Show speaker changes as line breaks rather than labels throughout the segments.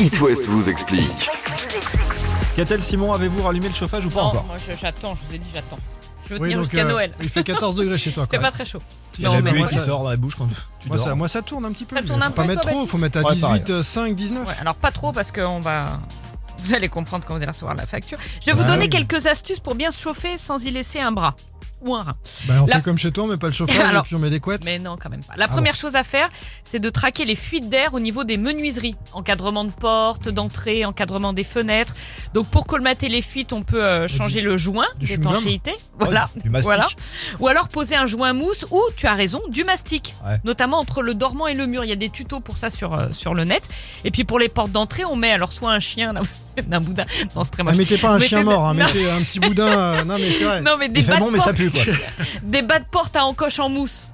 It West vous explique.
Catel Simon, avez-vous rallumé le chauffage ou pas
Non,
encore
moi je- j'attends, je vous ai dit j'attends. Je veux
Oui,
tenir
donc,
jusqu'à
euh,
Noël.
Il fait 14 degrés chez toi.
Fait
Quoi.
pas très chaud.
Il y a
Non,
la
mais
pluie
moi,
qui
ça-
sort dans la bouche quand tu
Moi
dors. Ah,
ça, moi ça tourne un petit peu.
Ça
mais
tourne un
faut
peu,
pas
et
mettre
toi,
trop,
Baptiste
faut mettre à
Ouais, pareil.
18, euh, 5, 19.
Ouais, alors pas trop parce qu'on va. Vous allez comprendre quand vous allez recevoir la facture. Je vais vous
Ah
donner
oui.
quelques astuces pour bien se chauffer sans y laisser un bras ou un rein.
Bah, on
La-
fait comme chez toi, on met pas le chauffage
Alors-
et puis on met des couettes.
Mais non, quand même
Ah
pas. La première chose à faire, c'est de traquer les fuites d'air au niveau des menuiseries. Encadrement de portes, d'entrée, encadrement des fenêtres. Donc pour colmater les fuites, on peut euh, changer le joint
du chewing-gum.
d'étanchéité. Voilà.
du mastic.
voilà. Ou alors poser un joint mousse ou, tu as raison, du mastic.
Ouais.
Notamment entre le dormant et le mur. Il y a des tutos pour ça sur, euh, sur le net. Et puis pour les portes d'entrée, on met alors soit un chien, là, un boudin. Non, c'est très
Ah,
moche.
mettez pas un
Mettez
chien
des-
mort, hein,
Non.
mettez un petit boudin. euh, non, mais c'est vrai.
Non, mais des
Il fait
bas,
bon,
de
Ah, mais ça
porte,
pue quoi.
des bas de porte à encoche en mousse.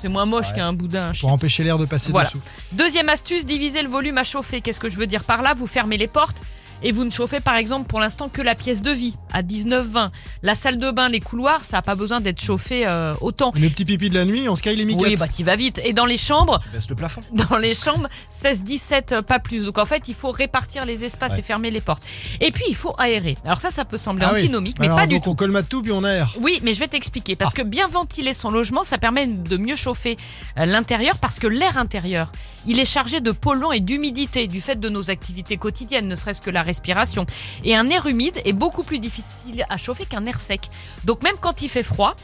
C'est moins moche
Ouais.
qu'un boudin, un chien.
Pour empêcher l'air de passer
Voilà.
dessous.
Deuxième astuce, diviser le volume à chauffer. Qu'est-ce que je veux dire par là Vous fermez les portes et vous ne chauffez par exemple pour l'instant que la pièce de vie à 19-20. La salle de bain, les couloirs, ça n'a pas besoin d'être chauffé euh, autant.
Le petit pipi de la nuit, on se caille les miquettes.
Oui, bah t'y vas vite. Et dans les chambres,
Baisse le plafond.
dans les chambres, 16-17, euh, pas plus. Donc en fait, il faut répartir les espaces
Ouais.
et fermer les portes. Et puis, il faut aérer. Alors ça, ça peut sembler
Ah oui.
antinomique, mais
Alors,
pas du
donc
tout.
on colmate tout puis on aère.
Oui, mais je vais t'expliquer. Parce que bien ventiler son logement, ça permet de mieux chauffer euh, l'intérieur parce que l'air intérieur, il est chargé de polluants et d'humidité du fait de nos activités quotidiennes, ne serait-ce que la respiration. Et un air humide est beaucoup plus difficile à chauffer qu'un air sec. Donc même quand il fait froid,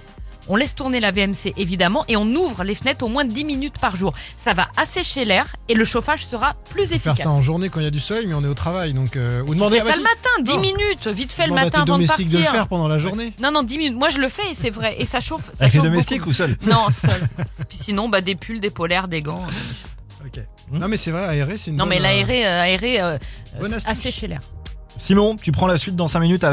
on laisse tourner la VMC évidemment et on ouvre les fenêtres au moins 10 minutes par jour. Ça va assécher l'air et le chauffage sera plus
Faire
efficace.
ça en journée quand il y a du soleil, mais on est au travail. Donc, euh, ou
Fais
demander
ça
bah,
le
si,
matin, 10
Non.
minutes, vite fait le
demande à
matin
tes
avant de
domestiques
partir.
de le faire pendant la journée.
Non, non, 10 minutes. Moi, je le fais et c'est vrai. Et ça chauffe. Ça
Avec les
chauffe
domestiques
beaucoup.
ou seul
Non, seul. Puis sinon, bah, des pulls, des polaires, des gants.
Ok. Non, mais c'est vrai, aérer, c'est une
Non,
bonne,
mais
euh,
l'aéré, euh, aéré, euh,
Bonne
euh,
astuce.
assécher l'air.
Simon, tu prends la suite dans 5 minutes.